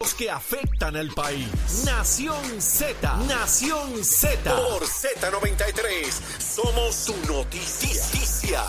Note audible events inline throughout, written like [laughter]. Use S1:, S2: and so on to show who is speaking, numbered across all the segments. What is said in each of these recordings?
S1: Los que afectan al país. Nación Z. Nación Z. Por Z93. Somos su noticia.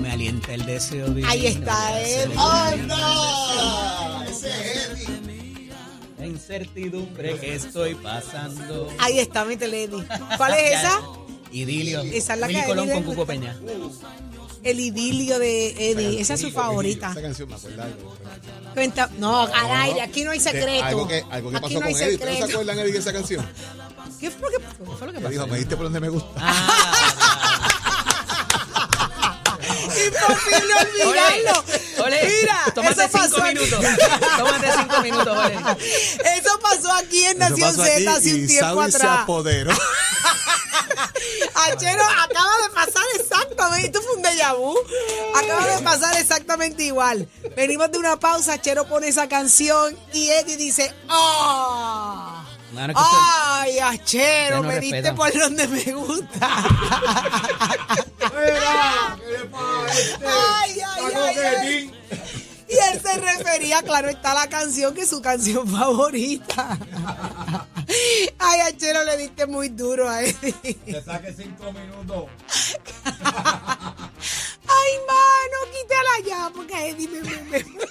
S2: Me alienta el deseo divino.
S3: Ahí está él.
S4: ¡Anda! Ese es Eddie.
S2: La incertidumbre que estoy pasando.
S3: Ahí está, mi Lady. ¿Cuál es esa?
S2: Idilio.
S3: Esa es la
S2: Willy
S3: que
S2: Colón
S3: vive-
S2: con Cuco Peña.
S3: El idilio de Eddie. Esa es su favorita.
S4: Esa canción me acuerda de algo.
S3: Cuenta- No, al aire, aquí no hay
S4: De
S3: secreto.
S4: Algo que, algo que
S3: Aquí
S4: pasó
S3: no
S4: con
S3: hay
S4: Eddie. ¿Ustedes no se
S3: secreto.
S4: acuerdan, Eddie, de esa canción?
S3: ¿Qué fue lo que pasó? ¿Qué fue lo que
S4: Que
S3: pasó?
S4: dijo, me diste por donde me gusta.
S3: Ah, [laughs] Imposible olvidarlo.
S2: Ole,
S3: Mira,
S2: tómate
S3: eso pasó
S2: cinco
S3: aquí. [laughs]
S2: minutos. tómate cinco minutos, Ole.
S3: Eso pasó aquí en Nación Z hace un tiempo
S4: Saudi se
S3: atrás.
S4: apoderó.
S3: Achero acaba de pasar exactamente. Esto fue un déjà vu. Acaba de pasar exactamente igual. Venimos de una pausa. Achero pone esa canción y Eddie dice: ¡Ah!
S2: Mano, que usted-
S3: ¡Ay,
S2: usted
S3: Achero!
S2: no
S3: Me diste
S2: respeta.
S3: por donde me gusta. ¡Ay, ay, ay! ay. Y él se refería, claro, está la canción que es su canción favorita. Ay, Achero, le diste muy duro a Eddie.
S4: Te saqué cinco minutos.
S3: Ay, mano, quítala ya, porque a Eddie me, me- me-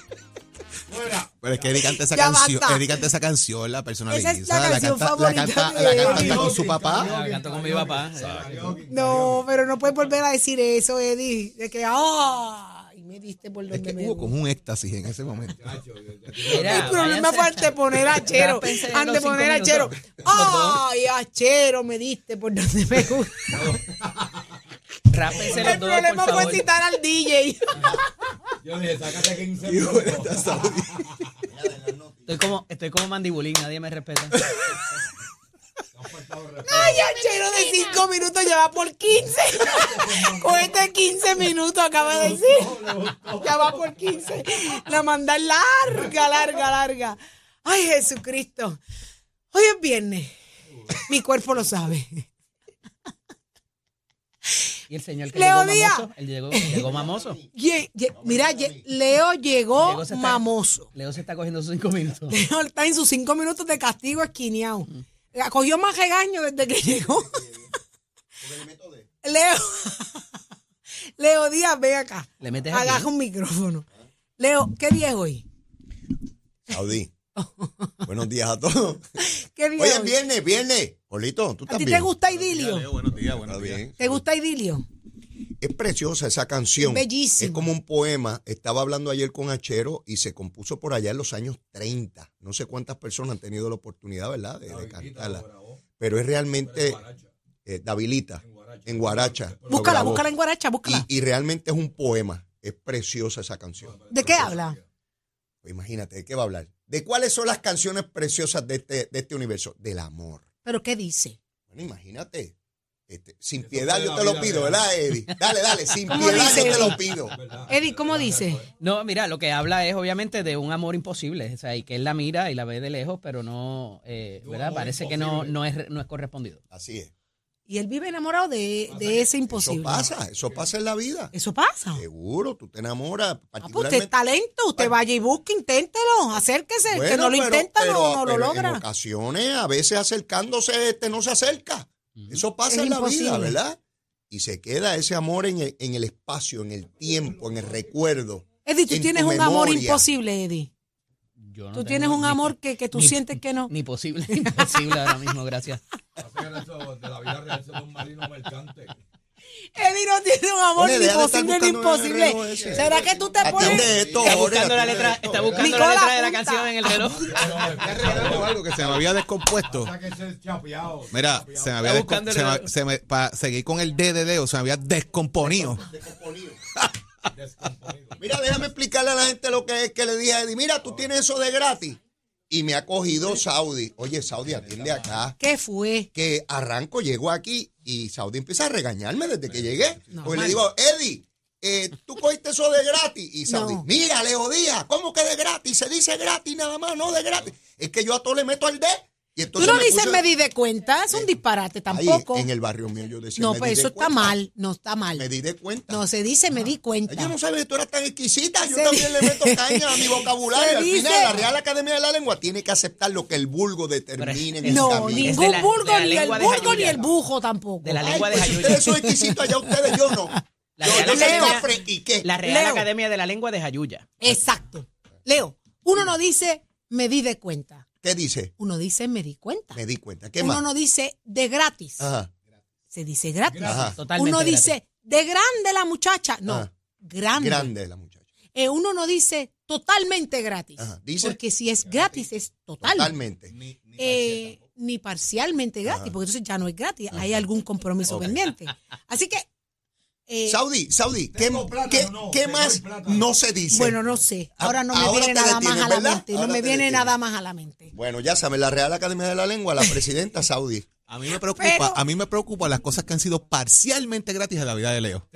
S4: Pero es que Eddie canta esa
S3: Ya
S4: canción,
S3: basta.
S4: Eddie canta esa canción, la personaliza,
S3: Esa es la canción
S4: canta,
S3: favorita
S4: la canta,
S3: de
S4: la canta
S3: Eddie.
S4: hasta con su papá.
S2: Ah, canto con mi papá.
S3: No, pero no puedes volver a decir eso, Eddie. De que, ay, me diste por
S4: Es
S3: donde
S4: que
S3: me
S4: hubo
S3: gusta.
S4: como un éxtasis en ese momento.
S2: Mira,
S3: El problema
S2: váyanse.
S3: fue
S2: [laughs]
S3: anteponer a Chero.
S2: Ya pensé en los
S3: Anteponer a
S2: cinco
S3: Chero.
S2: minutos.
S3: Ay, a Chero me diste por donde me gusta.
S2: Rápense los
S3: El
S2: dos,
S3: problema
S2: por
S3: fue
S2: favor.
S3: citar al DJ.
S4: Hijo de esta Saudi.
S2: Estoy como, estoy como mandibulín, nadie me respeta.
S3: Ay, Chero de 5 minutos ya va por 15. Cogete 15 minutos, acaba de decir. Ya va por 15. La manda es larga, larga, larga. Ay, Jesucristo. Hoy es viernes. Mi cuerpo lo sabe.
S2: Y el señor que
S3: Leo
S2: llegó
S3: Díaz.
S2: mamoso. Él llegó, llegó mamoso.
S3: Ye- ye- mira, ye- Leo llegó
S2: Llegó, se está-
S3: mamoso.
S2: Leo se está cogiendo sus cinco minutos.
S3: Leo está en sus 5 minutos de castigo esquineado. La cogió más regaño desde que llegó. Leo, [laughs] Leo Díaz, ven acá.
S2: Le metes aquí.
S3: Agaja un micrófono. Leo, ¿qué día es hoy?
S4: Saudi. [laughs] Buenos días a todos.
S3: ¿Qué día
S4: Oye,
S3: hoy?
S4: viernes, viernes. Olito, tú
S3: ¿A ti
S4: también.
S3: te gusta Idilio?
S5: Buenos días, buenos
S4: Está bien.
S3: ¿Te gusta Idilio?
S4: Es preciosa esa canción.
S3: Es bellísima.
S4: Es como un poema. Estaba hablando ayer con Achero y se compuso por allá en los años 30. No sé cuántas personas han tenido la oportunidad, ¿verdad?, de, de cantarla. Pero es realmente. eh, Davilita, en Guaracha. lo
S3: Búscala,
S4: grabó.
S3: búscala en Guaracha, búscala.
S4: Y, y realmente es un poema. Es preciosa esa canción.
S3: ¿De qué habla?
S4: Pues imagínate, ¿de qué va a hablar? ¿De cuáles son las canciones preciosas de este, de este universo? Del amor.
S3: ¿Pero qué dice?
S4: Bueno, imagínate. Este, sin piedad yo te lo pido, ¿verdad, Eddie? Dale, dale, sin
S3: ¿Cómo
S4: piedad
S3: dice
S4: yo te
S3: Eddie?
S4: lo pido.
S3: Eddie, ¿cómo dice?
S2: No, mira, lo que habla es obviamente de un amor imposible, o sea, y que él la mira y la ve de lejos, pero no, eh, ¿verdad? Parece que no, no, es, no es correspondido.
S4: Así es.
S3: Y él vive enamorado de, de ese imposible.
S4: Eso pasa, eso pasa en la vida.
S3: Eso pasa.
S4: Seguro, tú te enamoras
S3: Ah, pues usted es
S4: particularmente.
S3: talento, usted vaya y busque, inténtelo, acérquese. el que no lo
S4: Bueno, pero-
S3: intenta no-
S4: pero-
S3: no, lo
S4: pero En
S3: logra.
S4: ocasiones, a veces acercándose, este no se acerca. Eso pasa
S3: Es
S4: en la vida,
S3: imposible.
S4: ¿verdad? Y se queda ese amor en el, en el espacio, en el tiempo, en el recuerdo.
S3: Eddie, tú
S4: en
S3: tienes
S4: tu
S3: un amor
S4: memoria.
S3: imposible, Eddie.
S2: Yo no
S3: Tú
S2: tengo
S3: tienes un
S2: ni-
S3: amor que, que tú
S2: ni-
S3: sientes que no.
S2: Ni posible, [laughs] imposible ahora mismo, gracias.
S3: [laughs] Eddie no tiene un amor
S4: Oye,
S3: ni
S4: deja de estar
S3: posible ni
S4: buscando en el
S3: imposible.
S4: reloj ese.
S3: ¿Será que tú te
S4: Atiende
S3: pones?
S4: esto,
S2: Está
S4: Jorge,
S2: buscando la
S4: atiende
S2: letra,
S4: esto,
S2: está
S4: Jorge.
S2: buscando la
S3: Nicola,
S2: letra de la
S3: apunta.
S2: canción en el
S3: [laughs]
S2: reloj.
S5: Está regalando algo que se me había descompuesto. Mira, se me había
S2: Está buscando
S5: descom- se
S2: el-
S5: me- se me- para seguir con el DDD, o se me había descomponido.
S4: Mira, déjame explicarle a la gente lo que es que le dije a Eddie. Mira, tú tienes eso de gratis. Y me ha cogido Saudi. Oye, Saudi, atiende acá.
S3: ¿Qué fue?
S4: Que arranco, llego aquí y Saudi empieza a regañarme desde que llegué.
S3: No,
S4: Pues le
S3: mal.
S4: digo, Eddie, eh, tú cogiste eso de gratis. Y Saudi,
S3: No.
S4: mira, Leo Díaz, ¿cómo que de gratis? Se dice gratis nada más, no de gratis. Es que yo a todo le meto al D. Y
S3: Tú
S4: entonces
S3: no
S4: me
S3: dices
S4: puse-
S3: me di de cuenta, es un disparate
S4: Ahí,
S3: tampoco.
S4: en el barrio mío yo decía.
S3: No,
S4: me
S3: pues
S4: di de
S3: eso está
S4: cuenta.
S3: mal, no está mal.
S4: Me di de cuenta. Ah,
S3: No se dice me di cuenta.
S4: Yo no sabía que tú eras tan exquisita. Yo
S3: Se
S4: también le meto
S3: dice-
S4: caña a mi
S3: [laughs] Se
S4: vocabulario. Al
S3: dice-
S4: final, la Real Academia de la Lengua tiene que aceptar lo que el vulgo determine en el
S3: No,
S4: camino.
S2: Es de
S3: ningún
S2: la- de
S3: burgo,
S2: la
S3: ni el
S2: lengua de
S3: burgo ni
S2: Jayuya.
S3: el bujo tampoco.
S2: De la
S4: Ay,
S2: lengua de
S4: pues si
S2: Jayuya.
S4: ustedes son exquisitos allá ustedes, yo no.
S2: La
S4: yo
S2: Real
S4: yo soy
S3: Academia-
S4: cafre y qué.
S2: La Real
S3: Leo.
S2: Academia de la Lengua de Jayuya.
S3: Exacto. Leo, uno no dice me di de cuenta.
S4: ¿Qué dice?
S3: Uno dice me di cuenta.
S4: Me Ah. di cuenta. ¿Qué
S3: uno
S4: más?
S3: no dice de gratis.
S4: Ajá.
S3: Se dice gratis.
S4: Ajá.
S2: Totalmente.
S3: Uno
S2: gratis.
S3: dice de grande la muchacha. No,
S4: Ah.
S3: grande.
S4: Grande la muchacha.
S3: Eh, uno no dice totalmente gratis.
S4: Ajá. Dice-
S3: porque si es gratis, es total.
S4: Totalmente.
S3: Eh, ni parcialmente gratis, porque entonces ya no es gratis. Hay algún compromiso pendiente. Así que. eh,
S4: Saudi, Saudi, ¿qué, qué- qué más no se dice?
S3: Bueno, no sé. Ahora no me
S4: Ahora
S3: viene
S4: te
S3: nada más
S4: detienes,
S3: a la
S4: ¿verdad?
S3: mente. No
S4: Ahora
S3: me
S4: te
S3: viene
S4: detienes.
S3: nada más a la mente.
S4: Bueno, ya saben, la Real Academia de la Lengua, la presidenta Saudi.
S5: A mí me preocupa,
S3: Pero-
S5: a mí me preocupa las cosas que han sido parcialmente gratis a la vida de Leo.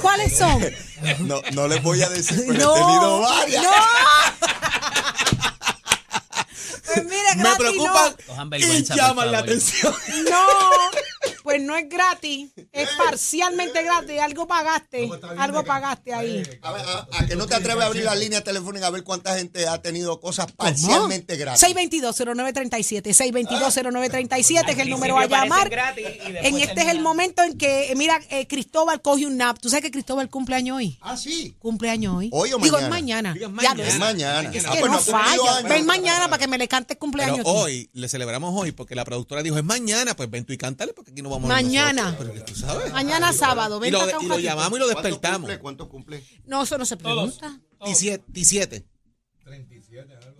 S3: ¿Cuáles son?
S4: [laughs] No, no les voy a decir, pero
S3: No,
S4: he tenido varias.
S3: no. Pues mira,
S5: Me
S3: gratis
S5: preocupan
S2: Cojan
S5: y
S2: vergüenza, por
S5: llaman la
S2: favor.
S5: atención.
S3: no. No, pues no es gratis. Es parcialmente gratis. Algo pagaste.
S5: pues
S3: Algo pagaste ahí.
S4: A, ver, a- a que no te atreves a abrir la línea telefónica a ver cuánta gente ha tenido cosas parcialmente gratis.
S3: 622-0937, 622-0937 es el
S2: Al
S3: número
S2: principio
S3: a
S2: parecen
S3: llamar.
S2: gratis y después
S3: En este es el
S2: terminan.
S3: momento en que, eh, mira, eh, Cristóbal coge un nap. ¿Tú sabes que Cristóbal cumpleaños hoy?
S4: Ah, sí.
S3: Cumpleaños hoy.
S4: Hoy o
S3: Digo, es
S4: mañana.
S3: mañana.
S5: Digo, es mañana.
S3: Ya lo
S4: Es
S3: sé.
S4: mañana.
S5: Es
S4: Ah,
S3: que
S4: pues
S3: no
S4: ha cumplido
S3: falla.
S4: años.
S3: Ven mañana para que me le cante el
S5: Pero
S3: cumpleaños. aquí.
S5: hoy, le celebramos hoy porque la productora dijo, es mañana, pues ven tú y cántale porque aquí no vamos a ir
S3: Mañana.
S5: nosotros. Pero que tú sabes.
S3: Mañana sábado.
S5: Y
S3: Ven
S5: lo,
S3: acá un
S5: y lo
S3: ratito.
S5: llamamos y lo
S4: ¿Cuánto
S5: despertamos.
S4: cumple? ¿Cuánto cumple?
S3: No, eso no se pregunta.
S5: 17. 17.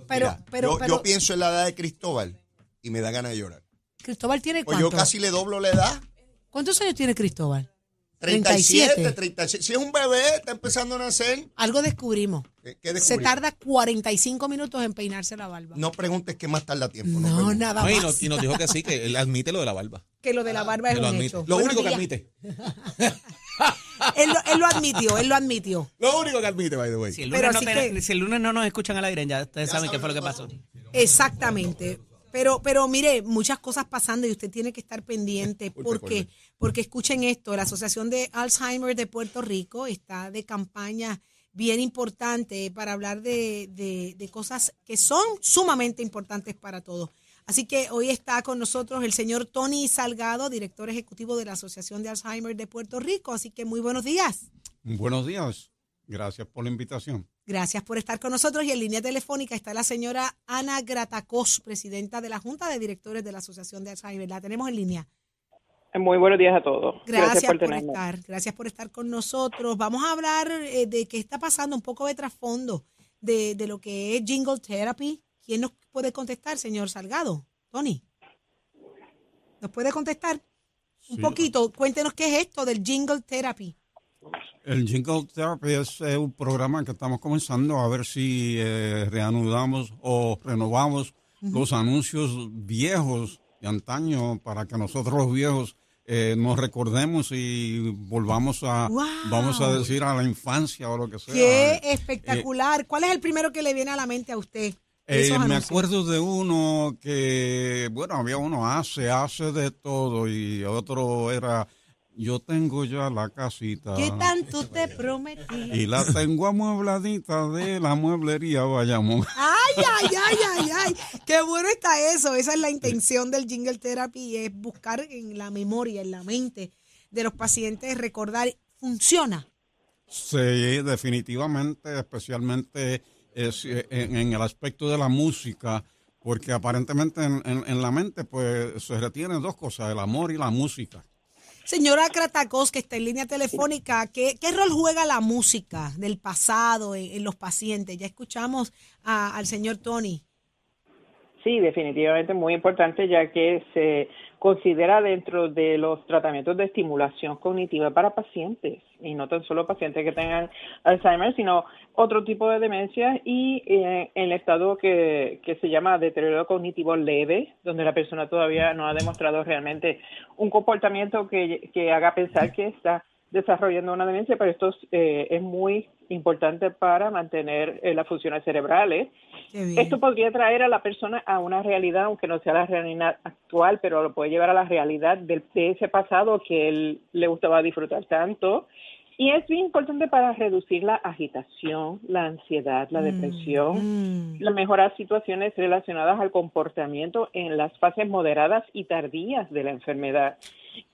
S3: Pero,
S4: Mira,
S3: pero,
S4: yo,
S3: pero
S4: yo pienso en la edad de Cristóbal y me da ganas de llorar.
S3: Cristóbal tiene
S4: Pues
S3: cuánto?
S4: yo casi le doblo la edad.
S3: ¿Cuántos años tiene Cristóbal?
S4: 37, 36. Si es un bebé, está empezando a nacer.
S3: Algo descubrimos.
S4: ¿Qué, qué
S3: Se
S4: descubrí?
S3: tarda 45 minutos en peinarse la barba.
S4: No preguntes qué más tarda tiempo. nos
S3: No,
S4: vemos.
S3: nada
S5: No,
S3: más.
S5: y, nos, y nos dijo que sí, que él admite lo de la barba.
S3: que lo de la barba
S6: Ah,
S5: Que
S3: es
S5: lo
S3: un
S5: admite.
S3: hecho.
S5: Lo
S3: Buenos
S5: único que
S3: días.
S5: admite.
S3: Él lo, él lo admitió, él lo admitió.
S5: Lo único que admite, by the way.
S2: Si el,
S3: Pero
S2: lunes no
S3: así
S2: te-
S3: que-
S2: si el lunes no nos escuchan al aire, ya ustedes saben qué fue lo que pasó.
S3: Exactamente. Pero, pero mire, muchas cosas pasando y usted tiene que estar pendiente porque, porque escuchen esto, la Asociación de Alzheimer de Puerto Rico está de campaña bien importante para hablar de, de- de cosas que son sumamente importantes para todos. Así que hoy está con nosotros el señor Tony Salgado, director ejecutivo de la Asociación de Alzheimer de Puerto Rico. Así que muy buenos días.
S6: Buenos días. Gracias por la invitación.
S3: Gracias por estar con nosotros y en línea telefónica está la señora Ana Gratacos, presidenta de la Junta de Directores de la Asociación de Alzheimer. La tenemos en línea.
S7: Muy buenos días a todos.
S3: Gracias, por,
S7: tenerme.
S3: estar, gracias por estar con nosotros. Vamos a hablar eh, de qué está pasando, un poco de trasfondo de, de lo que es Jingle Therapy. ¿Quién nos puede contestar, señor Salgado? Tony. ¿Nos puede contestar? Un
S6: Sí.
S3: poquito, cuéntenos qué es esto del Jingle Therapy.
S6: El Jingle Therapy es eh, un programa que estamos comenzando a ver si eh, reanudamos o renovamos los anuncios viejos de antaño para que nosotros los viejos eh, nos recordemos y volvamos a,
S3: ¡Wow!
S6: vamos a decir, a la infancia o lo que sea.
S3: Qué
S6: Eh,
S3: espectacular. ¿Cuál es el primero que le viene a la mente a usted? de
S6: Eh,
S3: esos
S6: me
S3: anuncios?
S6: acuerdo de uno que, bueno, había uno hace, hace de todo y otro era, yo tengo ya la casita.
S3: ¿Qué tanto te prometí?
S6: Ah. Y la tengo amuebladita de la mueblería Bayamón.
S3: Ay, ay, ay, ay, ay. Qué bueno está eso. Esa es la intención del Jingle Therapy, es buscar en la memoria, en la mente de los pacientes, recordar. Funciona.
S6: Sí, definitivamente, especialmente es, eh, en, en el aspecto de la música, porque aparentemente en, en- en la mente pues se retienen dos cosas, el amor y la música.
S3: Señora Kratakos, que está en línea telefónica, ¿qué, qué rol juega la música del pasado en, en los pacientes? Ya escuchamos a- al señor Tony.
S7: Sí, definitivamente muy importante ya que se considera dentro de los tratamientos de estimulación cognitiva para pacientes y no tan solo pacientes que tengan Alzheimer, sino otro tipo de demencia y eh, el estado que, que se llama deterioro cognitivo leve, donde la persona todavía no ha demostrado realmente un comportamiento que, que haga pensar que está desarrollando una demencia, pero esto es, eh, es muy importante para mantener eh, las funciones cerebrales
S3: Qué bien.
S7: esto podría traer a la persona a una realidad, aunque no sea la realidad actual, pero lo puede llevar a la realidad del- de ese pasado que él le gustaba disfrutar tanto. Y es bien importante para reducir la agitación, la ansiedad, la
S3: Mm.
S7: depresión, la mejorar situaciones relacionadas al comportamiento en las fases moderadas y tardías de la enfermedad.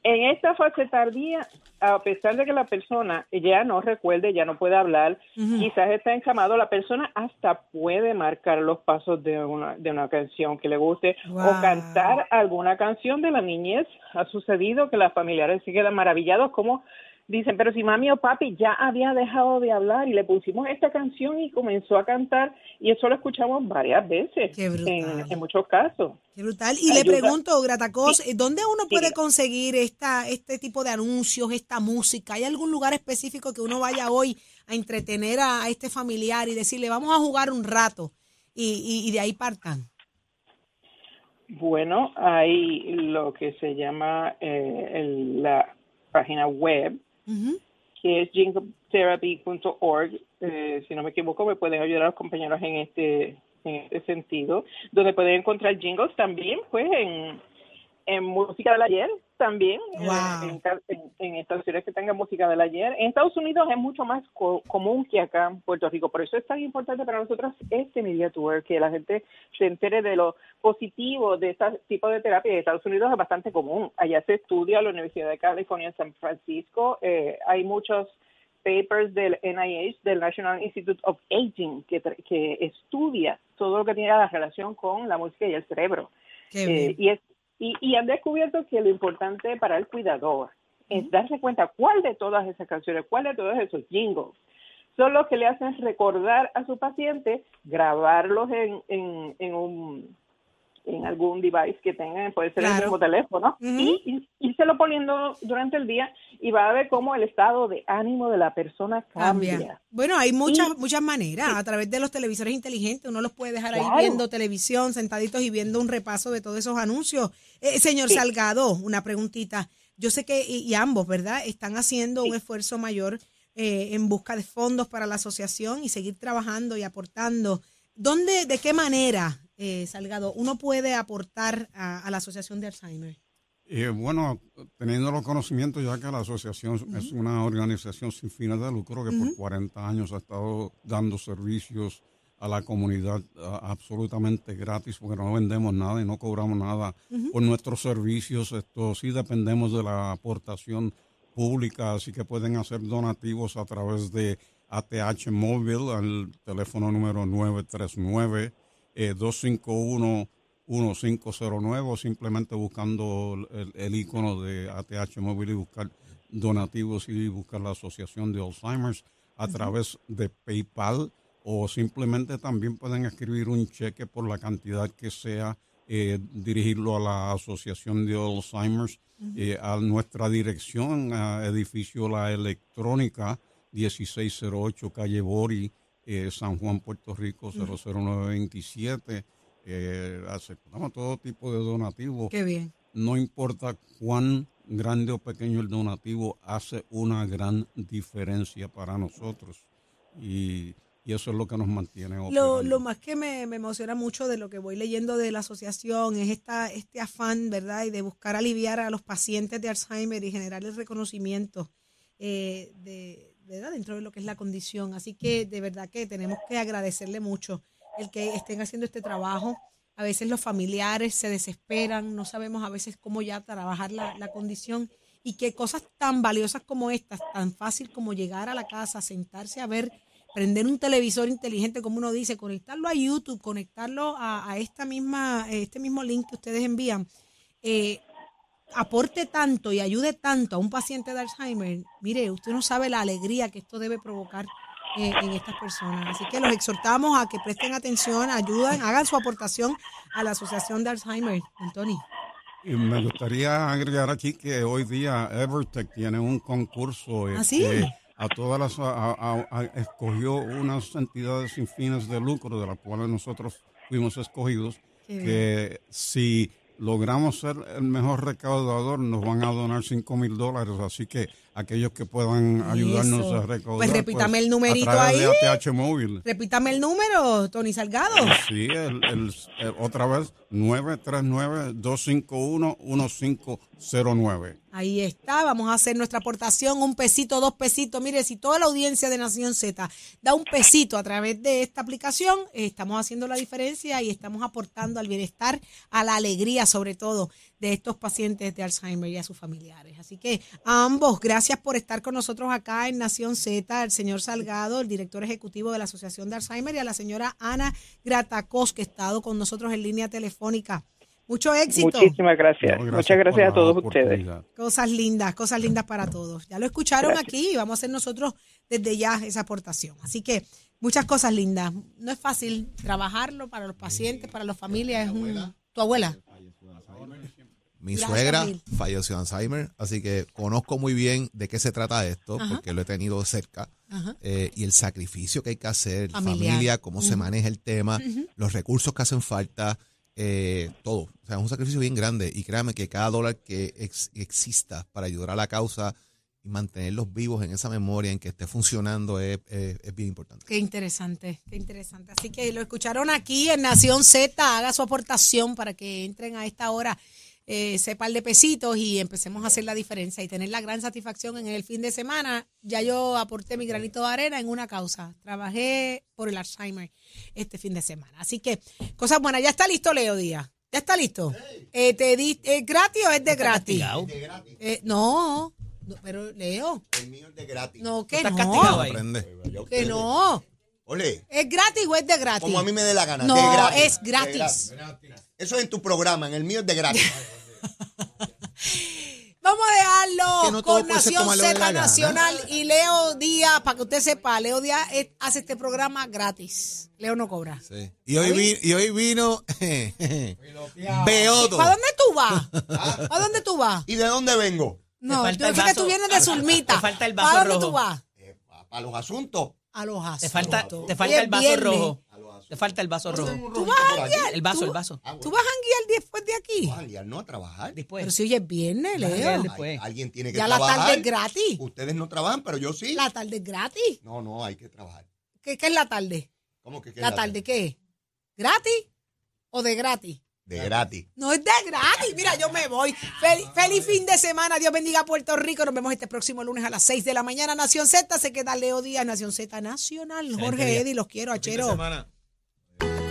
S7: En esta fase tardía, a pesar de que la persona ya no recuerde, ya no puede hablar, quizás está encamado, la persona hasta puede marcar los pasos de una, de una canción que le guste
S3: Wow.
S7: o cantar alguna canción de la niñez. Ha sucedido que las familiares se quedan maravillados como dicen, pero si mami o papi ya había dejado de hablar y le pusimos esta canción y comenzó a cantar y eso lo escuchamos varias veces
S3: Qué brutal.
S7: en, en muchos casos.
S3: Qué brutal. Y le
S7: Ayuda.
S3: pregunto, Gratacos, ¿dónde uno puede
S7: diga.
S3: conseguir esta, este tipo de anuncios, esta música? ¿Hay algún lugar específico que uno vaya hoy a entretener a, a este familiar y decirle, vamos a jugar un rato y, y- y de ahí partan?
S7: Bueno, hay lo que se llama eh, el- la página web,
S3: Ujú.
S7: que es jingletherapy.org. eh, si no me equivoco, me pueden ayudar a los compañeros en este, en este sentido, donde pueden encontrar jingles también, pues, en, en música del ayer, también, eh,
S3: Wow.
S7: en, ca- en- en estaciones que tengan música del ayer. En Estados Unidos es mucho más co- común que acá en Puerto Rico, por eso es tan importante para nosotros este Media Tour, que la gente se entere de lo positivo de este tipo de terapia. En Estados Unidos es bastante común, allá se estudia, en la Universidad de California en San Francisco, eh, hay muchos papers del NIH, del National Institute of Aging, que, tra- que estudia todo lo que tiene la relación con la música y el cerebro.
S3: Qué
S7: Eh,
S3: bien.
S7: y, es- y, y han descubierto que lo importante para el cuidador es darse cuenta cuál de todas esas canciones, cuál de todos esos jingles son los que le hacen recordar a su paciente, grabarlos en, en, en un en algún device que tengan, puede ser
S3: Claro.
S7: el mismo teléfono,
S3: Ujú.
S7: y, y se lo poniendo durante el día y va a ver cómo el estado de ánimo de la persona
S3: Cambia.
S7: cambia.
S3: Bueno, hay muchas muchas maneras. A través de los televisores inteligentes, uno los puede dejar ahí
S7: Claro.
S3: viendo televisión, sentaditos y viendo un repaso de todos esos anuncios. Eh, señor
S7: Sí.
S3: Salgado, una preguntita. Yo sé que, y, y ambos, ¿verdad?, están haciendo un esfuerzo mayor eh, en busca de fondos para la asociación y seguir trabajando y aportando. ¿Dónde, de qué manera, eh, Salgado, uno puede aportar a, a la Asociación de Alzheimer?
S6: Eh, bueno, teniendo los conocimientos, ya que la asociación es una organización sin fines de lucro que por 40 años ha estado dando servicios a la comunidad a- absolutamente gratis, porque no vendemos nada y no cobramos nada por nuestros servicios. Esto sí dependemos de la aportación pública, así que pueden hacer donativos a través de ATH Móvil al teléfono número 939 eh, 251 1509 o simplemente buscando el, el icono de ATH Móvil y buscar donativos y buscar la Asociación de Alzheimer's a través de PayPal o simplemente también pueden escribir un cheque por la cantidad que sea, eh, dirigirlo a la Asociación de Alzheimer's, eh, a nuestra dirección, a edificio La Electrónica, 1608 Calle Bori, eh, San Juan, Puerto Rico, 00927. Eh, aceptamos todo tipo de donativos.
S3: Qué bien.
S6: No importa cuán grande o pequeño el donativo, hace una gran diferencia para nosotros. Y, y eso es lo que nos mantiene
S3: Lo,
S6: operando.
S3: lo más que me, me emociona mucho de lo que voy leyendo de la asociación es esta, este afán, ¿verdad? Y de buscar aliviar a los pacientes de Alzheimer y generar el reconocimiento eh, de, ¿verdad? dentro de lo que es la condición. Así que de verdad que tenemos que agradecerle mucho el que estén haciendo este trabajo. A veces los familiares se desesperan, no sabemos a veces cómo ya trabajar la, la condición y que cosas tan valiosas como estas, tan fácil como llegar a la casa, sentarse a ver prender un televisor inteligente, como uno dice, conectarlo a YouTube, conectarlo a, a esta misma, eh, este mismo link que ustedes envían, eh, aporte tanto y ayude tanto a un paciente de Alzheimer, mire, usted no sabe la alegría que esto debe provocar eh, en estas personas. Así que los exhortamos a que presten atención, ayuden, hagan su aportación a la Asociación de Alzheimer. Don Tony.
S6: Y me gustaría agregar aquí que hoy día Evertech tiene un concurso. eh,
S3: ¿Ah, sí?
S6: que A todas las. a- a- a- escogió unas entidades sin fines de lucro, de las cuales nosotros fuimos escogidos,
S3: Qué bien.
S6: que si logramos ser el mejor recaudador, nos van a donar 5 mil dólares. Así que aquellos que puedan ayudarnos
S3: Eso.
S6: a
S3: Pues
S6: recaudar.
S3: repítame el
S6: a
S3: numerito
S6: través de
S3: ahí.
S6: ATH Móvil.
S3: Repítame el número, Tony Salgado.
S6: Sí, el, el- el- otra vez, 939-251-1509.
S3: Ahí está, vamos a hacer nuestra aportación, un pesito, dos pesitos. Mire, si toda la audiencia de Nación Z da un pesito a través de esta aplicación, eh, estamos haciendo la diferencia y estamos aportando al bienestar, a la alegría sobre todo de estos pacientes de Alzheimer y a sus familiares. Así que a ambos, gracias por estar con nosotros acá en Nación Z, al señor Salgado, el director ejecutivo de la Asociación de Alzheimer y a la señora Ana Gratacos, que ha estado con nosotros en línea telefónica. Mucho éxito.
S7: Muchísimas gracias.
S6: No,
S7: Muchas
S6: por
S7: gracias
S6: la
S7: a todos ustedes.
S6: oportunidad.
S3: Cosas lindas, cosas lindas para todos. Ya lo escucharon aquí y vamos a hacer nosotros desde ya esa aportación. Así que muchas cosas lindas. No es fácil trabajarlo para los pacientes, para las familias. Es un, tu abuela.
S8: Mi
S3: Gracias,
S8: suegra
S3: Bill.
S8: falleció de Alzheimer, así que conozco muy bien de qué se trata esto, porque lo he tenido cerca.
S3: Ajá.
S8: eh, y el sacrificio que hay que hacer,
S3: Familiar.
S8: familia, cómo se maneja el tema, los recursos que hacen falta, eh, todo. O sea, es un sacrificio bien grande y créame que cada dólar que ex- exista para ayudar a la causa y mantenerlos vivos en esa memoria, en que esté funcionando, es, es- es bien importante.
S3: Qué interesante, qué interesante. Así que lo escucharon aquí en Nación Z. Haga su aportación para que entren a esta hora. Eh, ese par de pesitos y empecemos a hacer la diferencia y tener la gran satisfacción en el fin de semana. Ya yo aporté mi granito de arena en una causa. Trabajé por el Alzheimer este fin de semana. Así que, cosas buenas. Ya está listo, Leo Díaz. Ya está listo. Eh, ¿Te di, ¿Es gratis o es de gratis?
S2: Castigado.
S3: Eh, no, no, pero Leo,
S4: El mío es de gratis.
S3: no, que
S2: estás
S3: no.
S2: castigado ahí.
S8: Aprende.
S4: Vaya
S3: Que
S4: ustedes.
S3: no.
S4: Ole,
S3: ¿Es gratis o es de gratis?
S4: como a mí me dé la gana.
S3: No,
S4: de gratis,
S3: es
S4: de
S3: gratis.
S4: Eso es en tu programa, en el mío es
S3: [laughs]
S4: de gratis.
S3: Vamos a dejarlo
S8: Es que no todo
S3: con
S8: puede ser
S3: Nación
S8: como a Leo de la
S3: Z
S8: gana.
S3: Nacional y Leo Díaz, para que usted sepa, Leo Díaz es- hace este programa gratis. Leo no cobra.
S8: Sí. Y, hoy vi- y hoy vino [laughs] Beodo.
S3: ¿Para dónde tú vas? ¿Para dónde tú vas?
S4: ¿Y de dónde vengo?
S3: No,
S2: falta
S3: yo
S2: el
S3: sé que
S2: vaso.
S3: tú vienes de Zulmita.
S2: Te falta el
S3: ¿Para
S2: vaso
S3: dónde tú
S2: rojo.
S3: vas?
S4: Para Eh, los asuntos.
S3: A los asuntos.
S2: Te falta, te
S3: Hoy
S2: falta
S3: es
S2: el vaso
S3: viernes.
S2: rojo. Te falta el vaso rojo.
S3: ¿Tú vas a janguear?
S2: El vaso,
S3: ¿Tú-
S2: el vaso.
S3: ¿Tú vas a guiar después de aquí?
S4: Vamos a liar, Ah, no a trabajar.
S3: Pero
S2: Después.
S3: si hoy es viernes,
S2: Vas a janguear
S3: Leo.
S2: después.
S4: Hay- alguien tiene que
S3: Ya la
S4: trabajar.
S3: tarde es gratis.
S4: Ustedes no trabajan, pero yo sí.
S3: La tarde es gratis.
S4: No, no, hay que trabajar.
S3: ¿Qué, qué es la tarde?
S4: ¿Cómo que qué es
S3: ¿La tarde qué es? ¿Gratis o de gratis?
S4: De gratis.
S3: No es de gratis. Mira, yo me voy. Fel- feliz fin de semana. Dios bendiga a Puerto Rico. Nos vemos este próximo lunes a las 6 de la mañana. Nación Z se queda Leo Díaz, Nación Z Nacional. Jorge
S2: día.
S3: Eddy, los quiero, achero.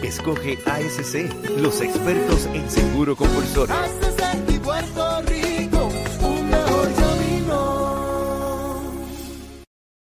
S1: Escoge ASC, los expertos en seguro compulsorio.
S9: Haz de ser tu huerto